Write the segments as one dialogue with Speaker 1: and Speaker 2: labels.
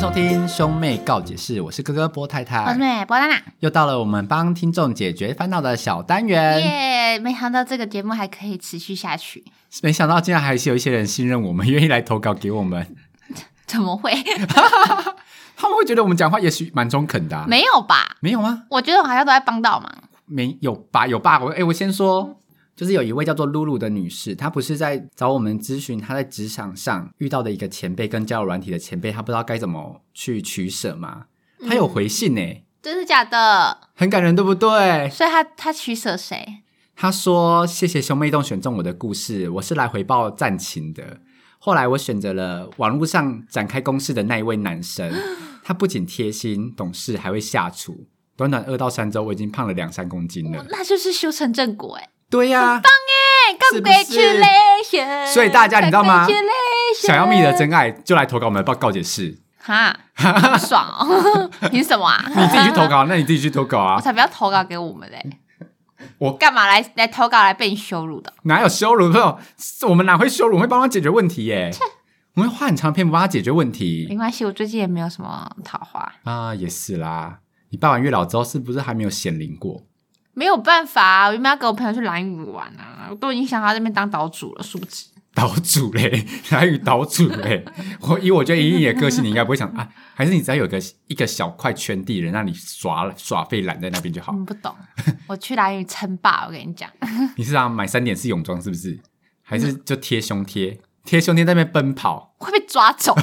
Speaker 1: 收听兄妹告解室，我是哥哥波太
Speaker 2: 我是
Speaker 1: 太，
Speaker 2: 美波娜娜，
Speaker 1: 又到了我们帮听众解决烦恼的小单元。
Speaker 2: 耶！没想到这个节目还可以持续下去，
Speaker 1: 没想到竟然还是有一些人信任我们，愿意来投稿给我们，
Speaker 2: 怎么会？
Speaker 1: 啊他们会觉得我们讲话也许蛮中肯的、啊。
Speaker 2: 没有吧？
Speaker 1: 没有吗？
Speaker 2: 我觉得我好像都在帮倒忙。
Speaker 1: 没有吧？有吧？我哎、我先说，就是有一位叫做露露的女士，她不是在找我们咨询她在职场上遇到的一个前辈跟交友软体的前辈，她不知道该怎么去取舍吗？她有回信呢、
Speaker 2: 真是假的？
Speaker 1: 很感人，对不对？
Speaker 2: 所以他他取舍谁？
Speaker 1: 他说：“谢谢兄妹洞选中我的故事，我是来回报战情的。后来我选择了网络上展开攻势的那一位男生，他不仅贴心懂事，还会下厨。短短二到三周，我已经胖了两三公斤了。
Speaker 2: 那就是修成正果哎、
Speaker 1: 对呀、
Speaker 2: 欸！
Speaker 1: 是不是
Speaker 2: Congratulations！
Speaker 1: 所以大家你知道吗
Speaker 2: Congratulations
Speaker 1: 想要蜜的真爱就来投稿我们的报告解释。
Speaker 2: 哈，好 爽哦！凭什么啊？
Speaker 1: 你自己去投稿，那你自己去投稿
Speaker 2: 我
Speaker 1: 啊！
Speaker 2: 才不要投稿给我们嘞！
Speaker 1: 我
Speaker 2: 干嘛来来投稿来被你羞辱的？
Speaker 1: 哪有羞辱？没有，我们哪会羞辱？我会帮他解决问题耶、我们会花很长篇幅帮他解决问题。
Speaker 2: 没关系，我最近也没有什么桃花，
Speaker 1: 啊，也是啦。你拜完月老之后，是不是还没有显灵过？
Speaker 2: 没有办法、啊，我原本要跟我朋友去蓝屿玩啊，我都已经想好在那边当岛主了，殊不知。
Speaker 1: 岛主嘞， 还有岛主嘞。我以我觉得莹莹的个性，你应该不会想啊，还是你只要有个一个小块圈地人，让你耍耍废懒在那边就好。
Speaker 2: 嗯，不懂， 我去蓝屿称霸，我跟你讲，
Speaker 1: 你是想买三点式泳装是不是？还是就贴胸贴，贴胸贴在那边奔跑？
Speaker 2: 会被抓走。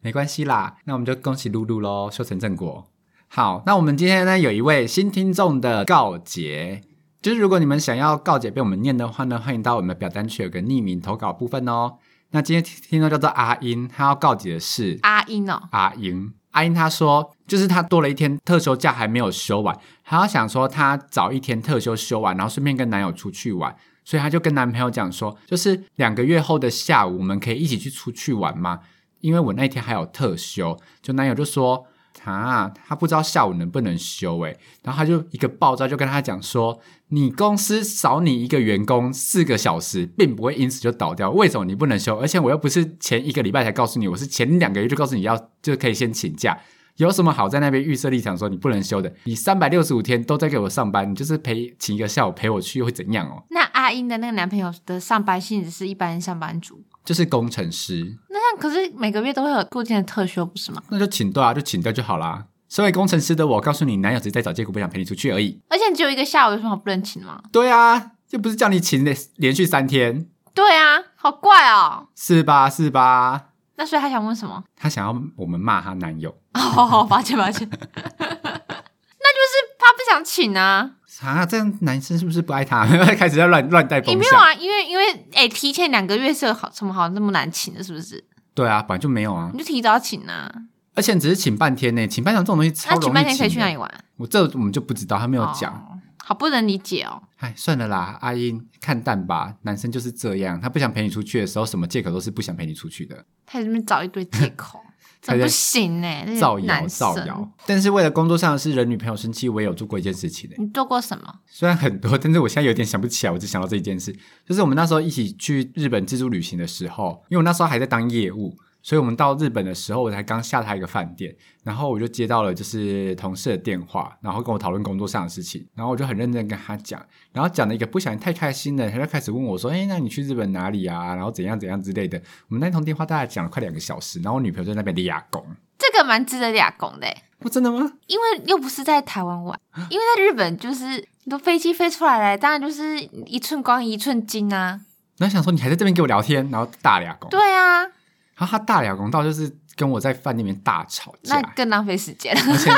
Speaker 1: 没关系啦，那我们就恭喜露露喽，修成正果。好，那我们今天呢有一位新听众的告解，就是如果你们想要告解被我们念的话呢，欢迎到我们的表单区有个匿名投稿部分哦。那今天听众叫做阿英，他要告解的是
Speaker 2: 阿英哦，
Speaker 1: 阿英。啊阿英她说，就是她多了一天特休假还没有休完，她想说她早一天特休休完，然后顺便跟男友出去玩，所以她就跟男朋友讲说，就是两个月后的下午我们可以一起去出去玩吗？因为我那天还有特休，就男友就说。啊，他不知道下午能不能休诶、然后他就一个爆炸，就跟他讲说，你公司少你一个员工四个小时，并不会因此就倒掉。为什么你不能休？而且我又不是前一个礼拜才告诉你，我是前两个月就告诉你要，就可以先请假。有什么好在那边预设立场说你不能休的？你三百六十五天都在给我上班，你就是陪请一个下午陪我去会怎样哦？
Speaker 2: 那阿英的那个男朋友的上班性质是一般上班族，
Speaker 1: 就是工程师，
Speaker 2: 那可是每个月都会有固定的特休，不是吗？
Speaker 1: 那就请对啊，就请掉就好啦。身为工程师的我，告诉你，男友只是在找借口不想陪你出去而已。
Speaker 2: 而且只有一个下午，有什么好不能请的吗？
Speaker 1: 对啊，又不是叫你请连连续三天，
Speaker 2: 对啊，好怪哦。
Speaker 1: 是吧？是吧？
Speaker 2: 那所以他想问什么？
Speaker 1: 她想要我们骂她男友，
Speaker 2: 哦，抱歉抱歉， 那就是他不想请啊。
Speaker 1: 啊，这样男生是不是不爱她？ 开始在乱乱带
Speaker 2: 也
Speaker 1: 风
Speaker 2: 没有
Speaker 1: 向。
Speaker 2: 啊，因为因为哎、提前两个月是有好什么好那么难请的，是不是？
Speaker 1: 对啊，本来就没有啊
Speaker 2: 你，就提早请啊。
Speaker 1: 而且只是请半天呢，请半场这种东西超
Speaker 2: 那
Speaker 1: 容
Speaker 2: 请
Speaker 1: 易
Speaker 2: 半天可以去哪
Speaker 1: 的
Speaker 2: 里玩？
Speaker 1: 我这我们就不知道，他没有讲。
Speaker 2: 哦，好不能理解哦。
Speaker 1: 哎、算了啦，阿英看淡吧，男生就是这样，他不想陪你出去的时候，什么借口都是不想陪你出去的，
Speaker 2: 他在那边找一堆借口，
Speaker 1: 他在
Speaker 2: 这不行呢、这些
Speaker 1: 造谣
Speaker 2: 哎男生
Speaker 1: 造谣。。但是为了工作上的事惹女朋友生气，我也有做过一件事情呢。
Speaker 2: 你做过什么？
Speaker 1: 虽然很多，但 是我现在有点想不起来，我只想到这一件事，就是我们那时候一起去日本自助旅行的时候，因为我那时候还在当业务，所以我们到日本的时候，我才刚下榻一个饭店，然后我就接到了就是同事的电话，然后跟我讨论工作上的事情，然后我就很认真跟他讲，然后讲了一个不小心太开心了，他就开始问我说：“哎、那你去日本哪里啊？然后怎样怎样之类的。”我们那通电话大概讲了快两个小时，然后我女朋友就在那边立哑公。
Speaker 2: 这个蛮值得俩拱的、
Speaker 1: 我哦真的吗？
Speaker 2: 因为又不是在台 湾玩，因为在日本就是你都飞机飞出来了，当然就是一寸光一寸金啊。
Speaker 1: 然后想说你还在这边给我聊天，然后大俩公。
Speaker 2: 对啊，
Speaker 1: 然后他大聊公道，就是跟我在饭店里面大吵架
Speaker 2: 那，更浪费时间了，
Speaker 1: 而且而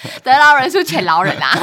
Speaker 1: 且
Speaker 2: 得饶人处且饶人啊，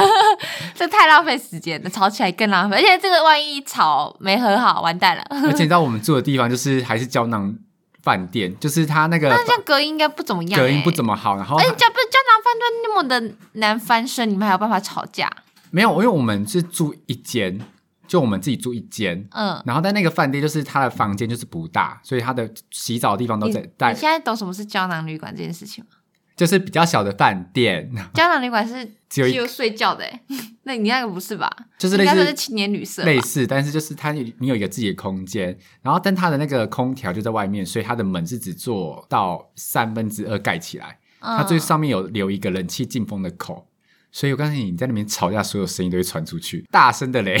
Speaker 2: 这太浪费时间了，吵起来更浪费，而且这个万一吵没和好，完蛋了。
Speaker 1: 而且你知道我们住的地方就是还是胶囊饭店，就是它那个
Speaker 2: 那这样隔音应该不怎么样、欸，
Speaker 1: 啊
Speaker 2: 哎
Speaker 1: 隔音不怎么好，然后
Speaker 2: 而且家不家长饭店那么的难翻身，你们还有办法吵架？
Speaker 1: 没有，因为我们是住一间，就我们自己住一间，
Speaker 2: 嗯，
Speaker 1: 然后在那个饭店就是它的房间就是不大，所以它的洗澡的地方都
Speaker 2: 你
Speaker 1: 在
Speaker 2: 你
Speaker 1: 在
Speaker 2: 现在懂什么是胶囊旅馆这件事情吗？
Speaker 1: 就是比较小的饭店，
Speaker 2: 胶囊旅馆是
Speaker 1: 只有一
Speaker 2: 睡觉的、欸， 那你那个不是吧？
Speaker 1: 就是
Speaker 2: 应
Speaker 1: 类
Speaker 2: 该说
Speaker 1: 似
Speaker 2: 是青年旅社吧，
Speaker 1: 类似，但是就是它有你有一个自己的空间，然后但它的那个空调就在外面，所以它的门是只做到三分之二盖起来，它
Speaker 2: 嗯，
Speaker 1: 最上面有留一个冷气进风的口，所以我告诉你，你在那边吵架，所有声音都会传出去，大声的嘞，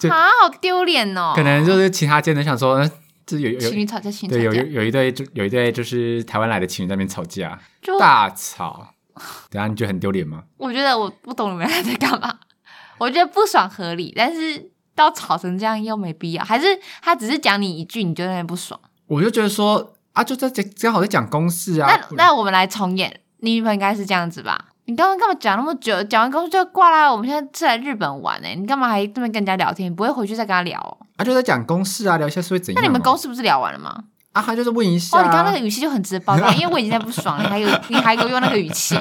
Speaker 1: 就
Speaker 2: 啊，好丢脸哦。
Speaker 1: 可能就是其他间的想说，呃这有有
Speaker 2: 情侣吵架，情
Speaker 1: 对
Speaker 2: 侣
Speaker 1: 有
Speaker 2: 吵架哦
Speaker 1: 有，有一对就有一对就是台湾来的情侣在那边吵架，
Speaker 2: 就
Speaker 1: 大吵，等下你觉得很丢脸吗？
Speaker 2: 我觉得我不懂你们在干嘛。 我觉得不爽合理，但是到吵成这样又没必要。还是他只是讲你一句，你就在那边不爽。
Speaker 1: 我就觉得说啊，就在讲刚好在讲公事啊，
Speaker 2: 那那我们来重演，你女朋友应该是这样子吧？你刚刚干嘛讲那么久？讲完公司就挂啦。我们现在是来日本玩呢、你干嘛还这么跟人家聊天？你不会回去再跟他聊哦、
Speaker 1: 啊就在讲公事啊，聊一下是会怎
Speaker 2: 那
Speaker 1: 样嘛？
Speaker 2: 你们公司不是聊完了吗？
Speaker 1: 啊，他就是问一下
Speaker 2: 哦，
Speaker 1: 啊、
Speaker 2: 你刚刚那个语气就很直接爆炸，因为我已经在不爽了，你还有 你还给我用那个语气，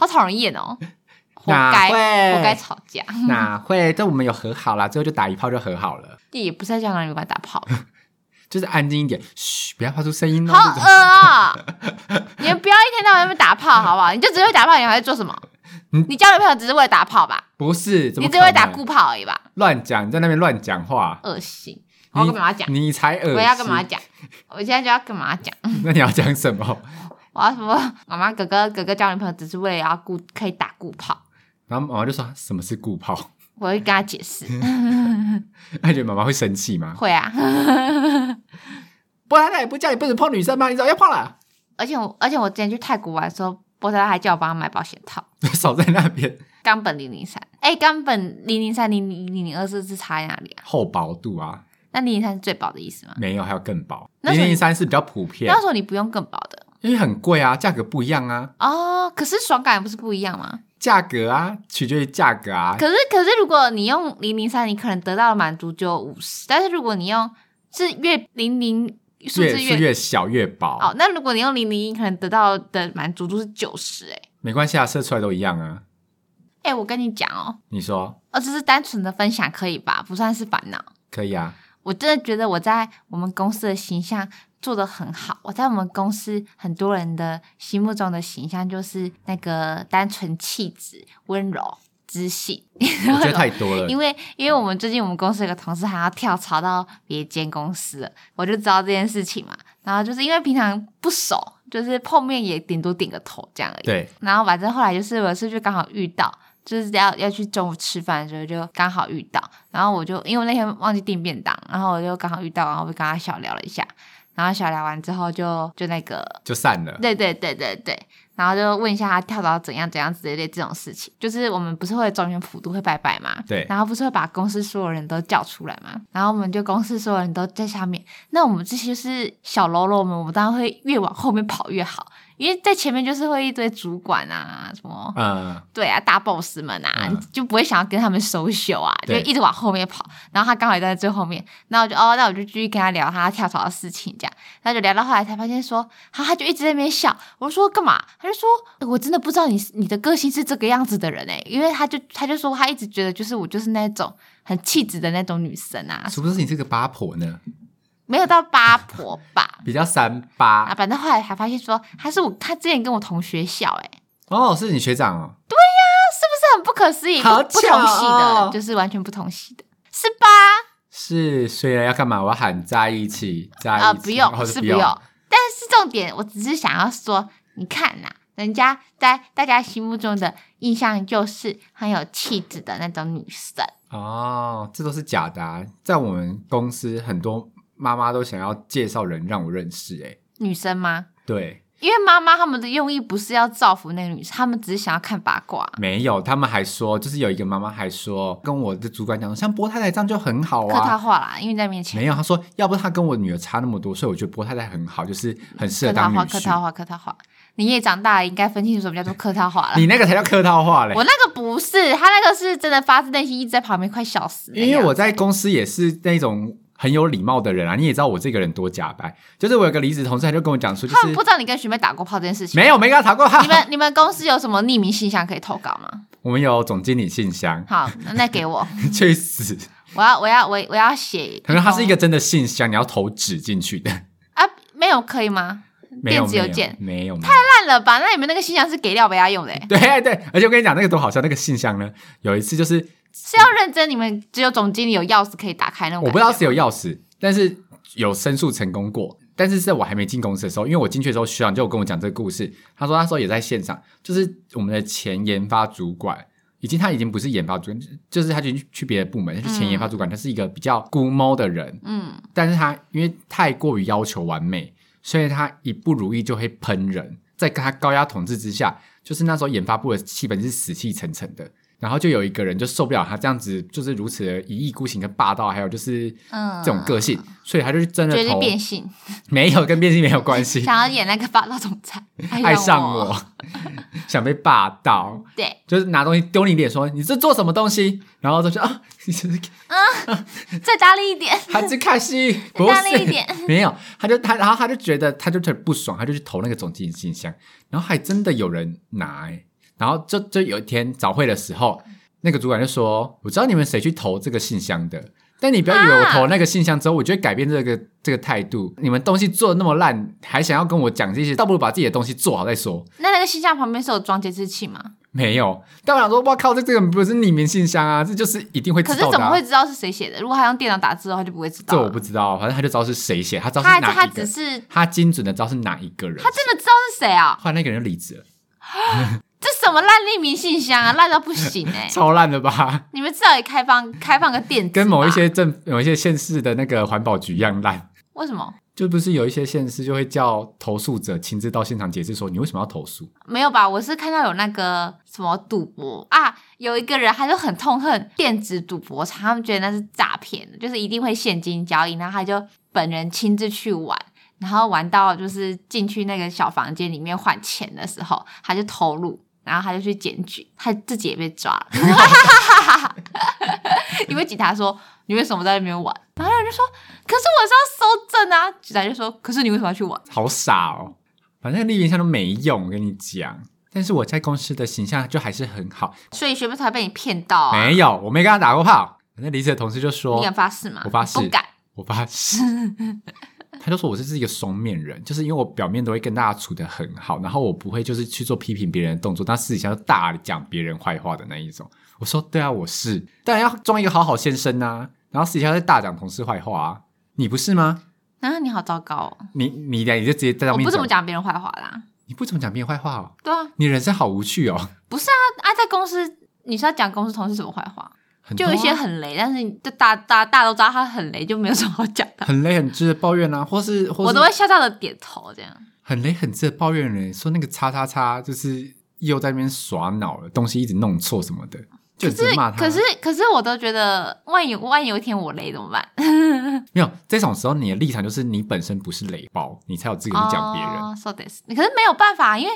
Speaker 2: 好讨人厌哦、活
Speaker 1: 哪
Speaker 2: 该，
Speaker 1: 会
Speaker 2: 活该吵架，
Speaker 1: 哪会？但我们有和好啦，最后就打一炮就和好了，
Speaker 2: 也不是在香港人把他打 跑，
Speaker 1: 就是安静一点，嘘，不要发出声音哦。
Speaker 2: 好
Speaker 1: 这
Speaker 2: 恶
Speaker 1: 种
Speaker 2: 啊、你们不要一天到晚在那边打炮好不好？你就只会打炮，你还会做什么
Speaker 1: 嗯？
Speaker 2: 你交女朋友只是为了打炮吧？
Speaker 1: 不是，怎
Speaker 2: 你
Speaker 1: 么
Speaker 2: 只会
Speaker 1: 可
Speaker 2: 打
Speaker 1: 能
Speaker 2: 顾炮而已吧？
Speaker 1: 乱讲，你在那边乱讲话。
Speaker 2: 恶心！我
Speaker 1: 你
Speaker 2: 要跟妈妈讲，
Speaker 1: 你才恶
Speaker 2: 我要跟妈妈
Speaker 1: 心
Speaker 2: 讲，我现在就要跟妈妈讲，
Speaker 1: 那你要讲什么？
Speaker 2: 我要什么？妈妈、哥哥、哥哥交女朋友只是为了要顾可以打顾炮，
Speaker 1: 然后妈妈就说什么是顾炮？
Speaker 2: 我会跟他解释。
Speaker 1: 那你觉得妈妈会生气吗？
Speaker 2: 会啊，
Speaker 1: 不然她也不叫你不准碰女生吗？你早就碰了，
Speaker 2: 而且我而且我之前去泰国玩的时候，波特拉还叫我帮他买保险套。
Speaker 1: 手在那边
Speaker 2: 冈本零零三，哎，冈本零零三零零零零二四是差在哪里啊？
Speaker 1: 厚薄度啊，
Speaker 2: 那零零三是最薄的意思吗？
Speaker 1: 没有，还有更薄。
Speaker 2: 那
Speaker 1: 零
Speaker 2: 是
Speaker 1: 零三是比较普遍
Speaker 2: 那，时候你不用更薄的
Speaker 1: 因为很贵啊，价格不一样啊，
Speaker 2: 哦，可是爽感不是不一样吗？
Speaker 1: 价格啊取决于价格啊。
Speaker 2: 可是可是如果你用零零三，你可能得到的满足只有五十，但是如果你用是越零零数
Speaker 1: 越
Speaker 2: 字
Speaker 1: 是越小越薄，
Speaker 2: 哦，那如果你用零零一，可能得到的满足度是九十，哎
Speaker 1: 没关系啊，射出来都一样啊。
Speaker 2: 哎，我跟你讲哦，
Speaker 1: 你说
Speaker 2: 哦，只是单纯的分享可以吧，不算是烦恼。
Speaker 1: 可以 啊？
Speaker 2: 我真的觉得我在我们公司的形象做得很好。我在我们公司很多人的心目中的形象就是那个单纯气质、温柔、知性。
Speaker 1: 我觉得太多了
Speaker 2: 因。为因为我们最近我们公司有个同事还要跳槽到别间公司了，我就知道这件事情嘛。然后就是因为平常不熟，就是碰面也顶多点个头这样而已。
Speaker 1: 对，
Speaker 2: 然后反正后来就是我是就刚好遇到，就是要要去中午吃饭的时候就刚好遇到，然后我就因为那天忘记订便当，然后我就刚好遇到，然后我就跟他小聊了一下，然后小聊完之后就就那个，
Speaker 1: 就散了。
Speaker 2: 对对对对对，然后就问一下他跳槽怎样怎样之类的这种事情，就是我们不是会中原普渡会拜拜嘛，
Speaker 1: 对
Speaker 2: 然后不是会把公司所有人都叫出来嘛，然后我们就公司所有人都在下面，那我们这些是小喽啰们，我们当然会越往后面跑越好，因为在前面就是会一堆主管啊什么。
Speaker 1: 嗯，
Speaker 2: 对啊，大 boss 们啊，
Speaker 1: 嗯
Speaker 2: 你就不会想要跟他们收袖啊，就
Speaker 1: 对
Speaker 2: 一直往后面跑。然后他刚好也在最后面，那我就哦，那我就继续跟他聊他跳槽的事情，这样。那就聊到后来才发现说，他他就一直在那边笑。我就说干嘛？他就说呃我真的不知道你你的个性是这个样子的人哎、因为他就他就说他一直觉得就是我就是那种很气质的那种女生啊，
Speaker 1: 是不是你这个八婆呢？
Speaker 2: 没有到八婆吧。
Speaker 1: 比较三
Speaker 2: 啊，
Speaker 1: 八
Speaker 2: 反正后来才发现说，他是我他之前跟我同学笑哎、
Speaker 1: 哦，是你学长哦。
Speaker 2: 这很不可思议，不
Speaker 1: 好
Speaker 2: 不
Speaker 1: 巧
Speaker 2: 同系的
Speaker 1: 哦，
Speaker 2: 就是完全不同系的，是吧？
Speaker 1: 是，所以要干嘛？我要喊在一起，在一起。
Speaker 2: 啊，不用，
Speaker 1: 哦
Speaker 2: 是
Speaker 1: 不
Speaker 2: 不用。但是重点，我只是想要说，你看呐、人家在大家心目中的印象就是很有气质的那种女生。
Speaker 1: 哦，这都是假的、啊。在我们公司，很多妈妈都想要介绍人让我认识、欸。
Speaker 2: 女生吗？
Speaker 1: 对，
Speaker 2: 因为妈妈他们的用意不是要造福那个女生，他们只是想要看八卦。
Speaker 1: 没有，他们还说，就是有一个妈妈还说，跟我的主管讲说，像波太太这样就很好
Speaker 2: 客套
Speaker 1: 啊。
Speaker 2: 话啦，因为在面前
Speaker 1: 没有，他说，要不他跟我女儿差那么多，所以我觉得波太太很好，就是很适合
Speaker 2: 客套
Speaker 1: 当女
Speaker 2: 话，客套
Speaker 1: 婿。
Speaker 2: 话，客套话。你也长大了，应该分清楚什么叫做客套话了。
Speaker 1: 你那个才叫客套话嘞。
Speaker 2: 我那个不是，他那个是真的发自内心一直在旁边快笑死那样。
Speaker 1: 因为我在公司也是那种很有礼貌的人啊，你也知道我这个人多假掰。就是我有个离职同事，他就跟我讲说，就
Speaker 2: 他
Speaker 1: 是
Speaker 2: 们不知道你跟学妹打过炮这件事情。
Speaker 1: 没有没跟他谈过话
Speaker 2: 你。们你们公司有什么匿名信箱可以投稿吗？
Speaker 1: 我们有总经理信箱，
Speaker 2: 好，那给我，
Speaker 1: 去死！
Speaker 2: 我要我要我我要写。哦
Speaker 1: 可能它是一个真的信箱，你要投纸进去的。
Speaker 2: 啊，没有可以吗？
Speaker 1: 没有
Speaker 2: 电子邮
Speaker 1: 没有
Speaker 2: 件
Speaker 1: 没有，没有
Speaker 2: 烂了吧？那你们那个信箱是给廖北亚用的、欸，
Speaker 1: 对对，而且我跟你讲那个多好笑，那个信箱呢，有一次就是
Speaker 2: 是要认真。你们只有总经理有钥匙可以打开那种
Speaker 1: 我
Speaker 2: 感觉吗。
Speaker 1: 不知道谁有钥匙，但是有申诉成功过。但是在我还没进公司的时候，因为我进去的时候，学长就有跟我讲这个故事。他说那时候也在现场，就是我们的前研发主管，已经他已经不是研发主管，就是他已经去别的部门，他是前研发主管，他是一个比较孤猫的人，
Speaker 2: 嗯，
Speaker 1: 但是他因为太过于要求完美，所以他一不如意就会喷人。在他高压统治之下，就是那时候研发部的气氛是死气沉沉的。然后就有一个人就受不了他这样子，就是如此的一意孤行跟霸道，还有就是
Speaker 2: 嗯
Speaker 1: 这种个性，所以他就真的
Speaker 2: 决定
Speaker 1: 投
Speaker 2: 变性，
Speaker 1: 没有跟变性没有关 系，
Speaker 2: 想要演那个霸道总裁，
Speaker 1: 爱上
Speaker 2: 我。
Speaker 1: 我， 想被霸道，
Speaker 2: 对，
Speaker 1: 就是拿东西丢你脸说你这做什么东西，然后就说啊，你这是
Speaker 2: 再大力一点，
Speaker 1: 哈兹卡西不
Speaker 2: 大力
Speaker 1: 是
Speaker 2: 一点，
Speaker 1: 没有，他就他，然后他就觉得他就很不爽，他就去投那个总经理信箱，然后还真的有人拿、欸，然后就就有一天早会的时候，那个主管就说：“我知道你们谁去投这个信箱的，但你不要以为我投那个信箱之后，我就会改变这个这个态度。你们东西做的那么烂，还想要跟我讲这些，倒不如把自己的东西做好再说。”
Speaker 2: 那那个信箱旁边是有装监视器吗？
Speaker 1: 没有，但我想说，哇靠，这这个不是匿名信箱啊，这就是一定会知
Speaker 2: 可是
Speaker 1: 道的、
Speaker 2: 怎么
Speaker 1: 啊
Speaker 2: 会。知道是谁写的？如果他用电脑打字的话，就不会知道
Speaker 1: 这
Speaker 2: 了。
Speaker 1: 我不知道，反正他就知道是谁写，他知道
Speaker 2: 他
Speaker 1: 是
Speaker 2: 还是
Speaker 1: 哪
Speaker 2: 他
Speaker 1: 一个
Speaker 2: 只，是
Speaker 1: 他精准的知道是哪一个人。
Speaker 2: 他真的知道是谁啊？
Speaker 1: 后来那个人就离职了，
Speaker 2: 这什么烂匿名信箱啊，烂到不行 哎、
Speaker 1: 超烂的 吧？
Speaker 2: 你们至少也开放开放个电子吧，
Speaker 1: 跟某一些政、某一些县市的那个环保局一样烂。
Speaker 2: 为什么
Speaker 1: 就不是有一些县市就会叫投诉者亲自到现场解释说你为什么要投诉？
Speaker 2: 没有吧？我是看到有那个什么赌博啊，有一个人他就很痛恨电子赌博场，他们觉得那是诈骗的，就是一定会现金交易，然后他就本人亲自去玩。然后玩到就是进去那个小房间里面换钱的时候，他就投入， 然后他就去检举，他自己也被抓 了。因为警察说你为什么在那边玩？然后那人就说：“可是我是要搜证啊。”警察就说：“可是你为什么要去玩？”
Speaker 1: 好傻哦！反正立原像都没用，我跟你讲。但是我在公司的形象就还是很好，
Speaker 2: 所以学妹才被你骗到啊！
Speaker 1: 没有，我没跟他打过炮。反正离职的同事就说
Speaker 2: 你敢发誓吗？
Speaker 1: 我发誓
Speaker 2: 不敢。
Speaker 1: 我发 誓。他就说我是一个双面人，就是因为我表面都会跟大家处的很好，然后我不会就是去做批评别人的动作，但私底下就大讲别人坏话的那一种。我说对啊，我是，当然要装一个好好先生啊，然后私底下在大讲同事坏话啊，你不是吗？
Speaker 2: 啊，你好糟糕哦！
Speaker 1: 你你你就直接在上
Speaker 2: 我
Speaker 1: 面
Speaker 2: 不怎么，讲别人坏话啦。
Speaker 1: 你不怎么讲别人坏话哦，
Speaker 2: 对啊，
Speaker 1: 你人生好无趣哦，
Speaker 2: 啊，在公司你是要讲公司同事什么坏话？
Speaker 1: 很
Speaker 2: 就
Speaker 1: 多啊
Speaker 2: 有一些很雷，但是你就大大大家都知道他很雷，就没有什么好讲的。
Speaker 1: 很累很直的抱怨啊，或是 或是
Speaker 2: 我都会笑笑的点头，这样
Speaker 1: 很累很直的抱怨人说那个叉叉叉就是又在那边耍脑了，东西一直弄错什么的，就直
Speaker 2: 是
Speaker 1: 接骂他。
Speaker 2: 可是可是我都觉得，万一万一有一天我雷怎么办？
Speaker 1: 没有这种时候，你的立场就是你本身不是雷包，你才有资格去讲别人。
Speaker 2: 哦，so this，可是没有办法，因为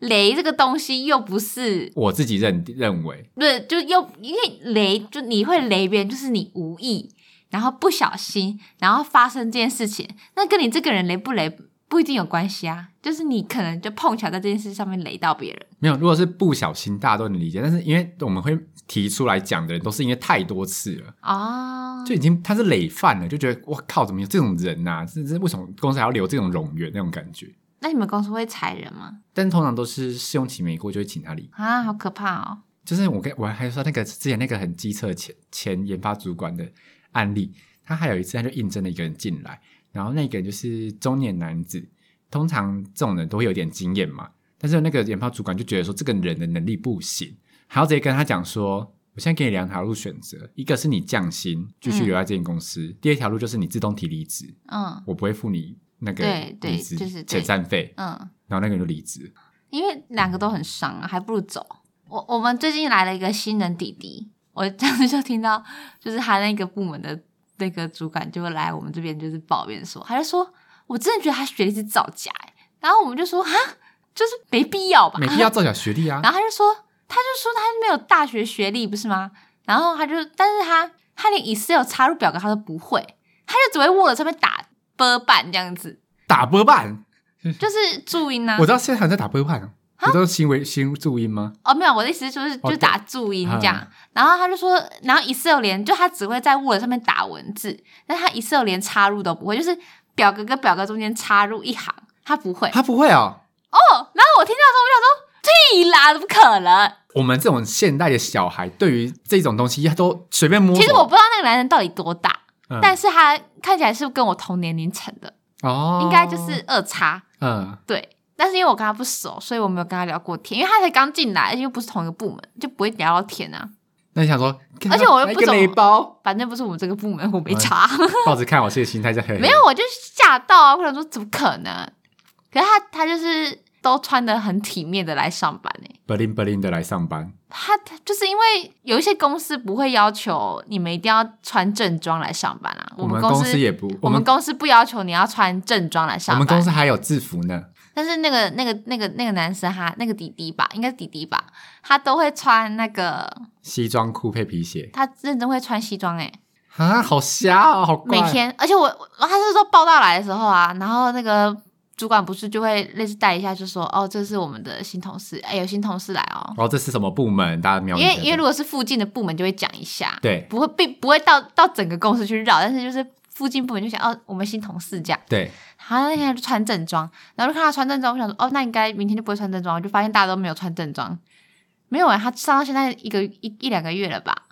Speaker 2: 雷这个东西又不是
Speaker 1: 我自己认认为，
Speaker 2: 不是，就又因为雷，就你会雷别人，就是你无意，然后不小心，然后发生这件事情，那跟你这个人雷不雷不一定有关系啊。就是你可能就碰巧在这件事上面雷到别人，
Speaker 1: 没有，如果是不小心，大家都能理解。但是因为我们会提出来讲的人，都是因为太多次了，
Speaker 2: 哦，
Speaker 1: 就已经他是累犯了，就觉得我靠，怎么有这种人呐、啊？这这为什么公司还要留这种冗员那种感觉？
Speaker 2: 那你们公司会裁人吗？
Speaker 1: 但通常都是试用期没过就会请他离
Speaker 2: 啊，好可怕哦！
Speaker 1: 就是我跟我还说那个之前那个很机车的前前研发主管的案例，他还有一次他就应征了一个人进来，然后那个人就是中年男子，通常这种人都会有点经验嘛，但是那个研发主管就觉得说这个人的能力不行，还要直接跟他讲说。我现在给你两条路选择，一个是你降薪继续留在这间公司，第二条路就是你自动提离职，
Speaker 2: 嗯
Speaker 1: 我不会付你那个
Speaker 2: 对对
Speaker 1: 离职
Speaker 2: 就是对
Speaker 1: 遣散费。
Speaker 2: 嗯，
Speaker 1: 然后那个人就离职，
Speaker 2: 因为两个都很伤啊，还不如走。我我们最近来了一个新人弟弟，我当时就听到，就是他那个部门的那个主管就来我们这边就是抱怨说，他就说我真的觉得他学历是造假、欸，然后我们就说啊，就是没必要吧，
Speaker 1: 没必要造假学历啊。
Speaker 2: 然后他就说，他就说他没有大学学历，不是吗？然后他就，但是他他连 Excel 插入表格他都不会，他就只会 Word 上面打波板这样子，
Speaker 1: 打波半，
Speaker 2: 就是注音呢、
Speaker 1: 嗯
Speaker 2: 啊啊
Speaker 1: 我。知道现在还在打杯换，啊你知道新为新注音吗？
Speaker 2: 哦，没有，我的意思就是
Speaker 1: 哦
Speaker 2: 就打注音这样。
Speaker 1: 嗯
Speaker 2: 然后他就说，然后 Excel 连就他只会在 Word 上面打文字，但他 Excel 连插入都不会，就是表格跟表格中间插入一行，他不会
Speaker 1: 他不会哦。
Speaker 2: 哦。然后我听到之后，我就想说，屁啦，怎么可能？
Speaker 1: 我们这种现代的小孩，对于这种东西，他都随便摸索。
Speaker 2: 其实我不知道那个男人到底多大，
Speaker 1: 嗯，
Speaker 2: 但是他看起来是跟我同年龄层的，
Speaker 1: 哦，
Speaker 2: 应该就是二叉
Speaker 1: 嗯，
Speaker 2: 对。但是因为我跟他不熟，所以我没有跟他聊过天，因为他才刚进来，而且又不是同一个部门，就不会聊到天啊。
Speaker 1: 那你想说，
Speaker 2: 而且我又不
Speaker 1: 来个
Speaker 2: 怎么
Speaker 1: 雷包，
Speaker 2: 反正不是我们这个部门，我
Speaker 1: 哎
Speaker 2: 没查。
Speaker 1: 抱着看我这个心态在黑。
Speaker 2: 没有，我就吓到啊！我想说怎么可能？可是他他就是都穿的很体面的来上班呢、
Speaker 1: ，bling bling 的来上班，
Speaker 2: 他他就是因为有一些公司不会要求你们一定要穿正装来上班啊，
Speaker 1: 我
Speaker 2: 们
Speaker 1: 们
Speaker 2: 公
Speaker 1: 公司也不，
Speaker 2: 我
Speaker 1: 我
Speaker 2: 们
Speaker 1: 们
Speaker 2: 公司不要求你要穿正装来
Speaker 1: 我
Speaker 2: 上
Speaker 1: 们
Speaker 2: 班啊
Speaker 1: 公。司还有制服呢。
Speaker 2: 但是那个那个那个那个男生哈，那个弟弟吧，应该是弟弟吧，他都会穿那个，
Speaker 1: 西装裤配皮鞋
Speaker 2: 他认真会穿西装诶、
Speaker 1: 啊，好瞎哦，好怪
Speaker 2: 每天，而且我我他是说报道来的时候啊，然后那个主管不是就会类似带一下，就说哦，这是我们的新同事，哎，有新同事来哦，
Speaker 1: 哦，这是什么部门？大家瞄一
Speaker 2: 因
Speaker 1: 下
Speaker 2: 为因为如果是附近的部门就会讲一下，
Speaker 1: 对
Speaker 2: 不会并不会到到整个公司去绕，但是就是附近部门就想哦，我们新同事这样，
Speaker 1: 对，
Speaker 2: 好，那天就穿正装，然后就看他穿正装，我想说哦，那应该明天就不会穿正装，我就发现大家都没有穿正装，没有啊，他上到现在一个一一两个月了吧，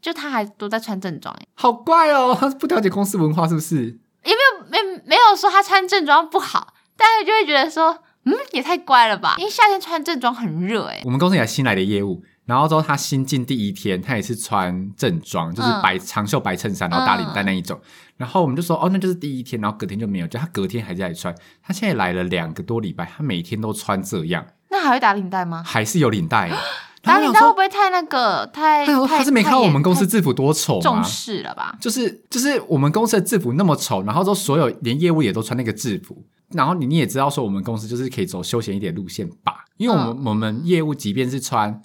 Speaker 2: 就他还都在穿正装哎。
Speaker 1: 好怪哦， 他不了解公司文化是不是？
Speaker 2: 没没有说他穿正装不好，但是就会觉得说，嗯，也太乖了吧？因为夏天穿正装很热哎、
Speaker 1: 我们公司也新来的业务，然后之后他新进第一天，他也是穿正装，就是
Speaker 2: 嗯
Speaker 1: 白、长袖白衬衫，然后打领带那一种。然后我们就说，哦，那就是第一天，然后隔天就没有，就他隔天还在穿。他现在来了两个多礼拜，他每天都穿这样，
Speaker 2: 那还会打领带吗？
Speaker 1: 还是有领带耶。
Speaker 2: 打领带会
Speaker 1: 然后
Speaker 2: 不会太那个太
Speaker 1: 哎我想说，他想说
Speaker 2: 太
Speaker 1: 他是没看到我们公司啊
Speaker 2: 太
Speaker 1: 制服多丑吗
Speaker 2: 重？视了吧？
Speaker 1: 就是就是我们公司的制服那么丑，然后都所有连业务也都穿那个制服，然后你你也知道说我们公司就是可以走休闲一点路线吧，因为我们、我们业务即便是穿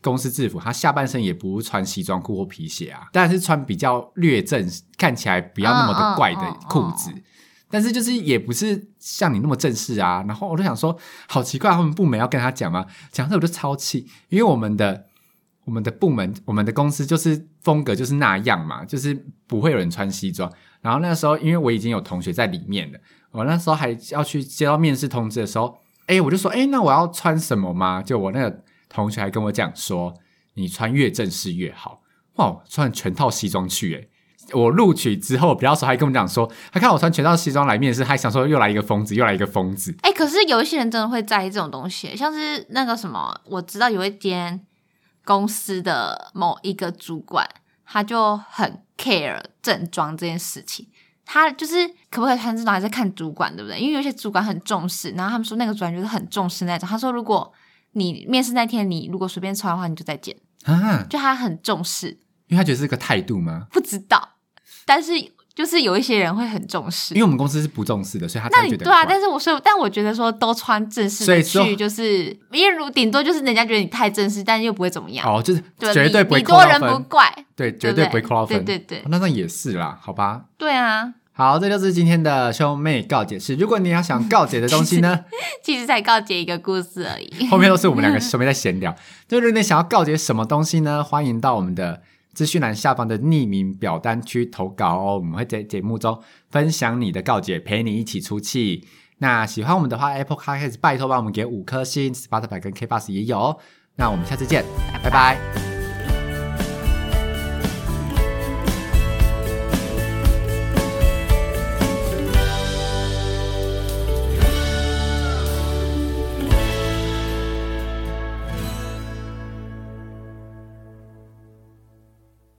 Speaker 1: 公司制服，他下半身也不是穿西装裤或皮鞋啊，但是穿比较略正，看起来不要那么的怪的裤子。
Speaker 2: 嗯嗯
Speaker 1: 但是就是也不是像你那么正式啊，然后我就想说，好奇怪，他们部门要跟他讲吗？讲这我就超气，因为我们的我们的部门，我们的公司就是风格就是那样嘛，就是不会有人穿西装。然后那时候，因为我已经有同学在里面了，我那时候还要去接到面试通知的时候，哎，我就说，哎，那我要穿什么吗？就我那个同学还跟我讲说，你穿越正式越好。哇，我穿全套西装去、哎。我录取之后，不要说，还跟我们讲说，他看我穿全套西装来面试，还想说又来一个疯子，又来一个疯子。
Speaker 2: 哎、可是有一些人真的会在意这种东西，像是那个什么，我知道有一间公司的某一个主管，他就很 care 正装这件事情。他就是可不可以穿正装，还是看主管，对不对？因为有些主管很重视，然后他们说那个主管就是很重视那种。他说，如果你面试那天你如果随便穿的话，你就再见。
Speaker 1: 啊，
Speaker 2: 就他很重视，
Speaker 1: 因为他觉得是个态度吗？
Speaker 2: 不知道，但是就是有一些人会很重视
Speaker 1: 因。为我们公司是不重视的，所以他才
Speaker 2: 那
Speaker 1: 会
Speaker 2: 你
Speaker 1: 觉得
Speaker 2: 对啊，
Speaker 1: 很怪
Speaker 2: 但是我所以，但我觉得说都穿正式
Speaker 1: 所以
Speaker 2: 的
Speaker 1: 说
Speaker 2: 去，就是因为如顶多就是人家觉得你太正式，啊但又不会怎么样，
Speaker 1: 哦，就是
Speaker 2: 对吧
Speaker 1: 绝对不会
Speaker 2: 你你
Speaker 1: 扣
Speaker 2: 多
Speaker 1: 到
Speaker 2: 人不
Speaker 1: 分，
Speaker 2: 怪，
Speaker 1: 对，
Speaker 2: 对
Speaker 1: 绝对
Speaker 2: 不
Speaker 1: 不会扣到分。
Speaker 2: 对对
Speaker 1: 哦
Speaker 2: 对
Speaker 1: 那那也是啦，好吧。
Speaker 2: 对啊！
Speaker 1: 好，这就是今天的兄妹告解室。如果你要想告解的东西呢，
Speaker 2: 其实才告诫一个故事而已。
Speaker 1: 后面都是我们两个兄妹在闲聊。 就如果你想要告解什么东西呢，欢迎到我们的资讯栏下方的匿名表单区投稿哦。我们会在节目中分享你的告解，陪你一起出气。那喜欢我们的话，Apple Podcast 拜托帮我们给五颗星，Spotify 跟 K Bus 也有哦。那我们下次见，拜拜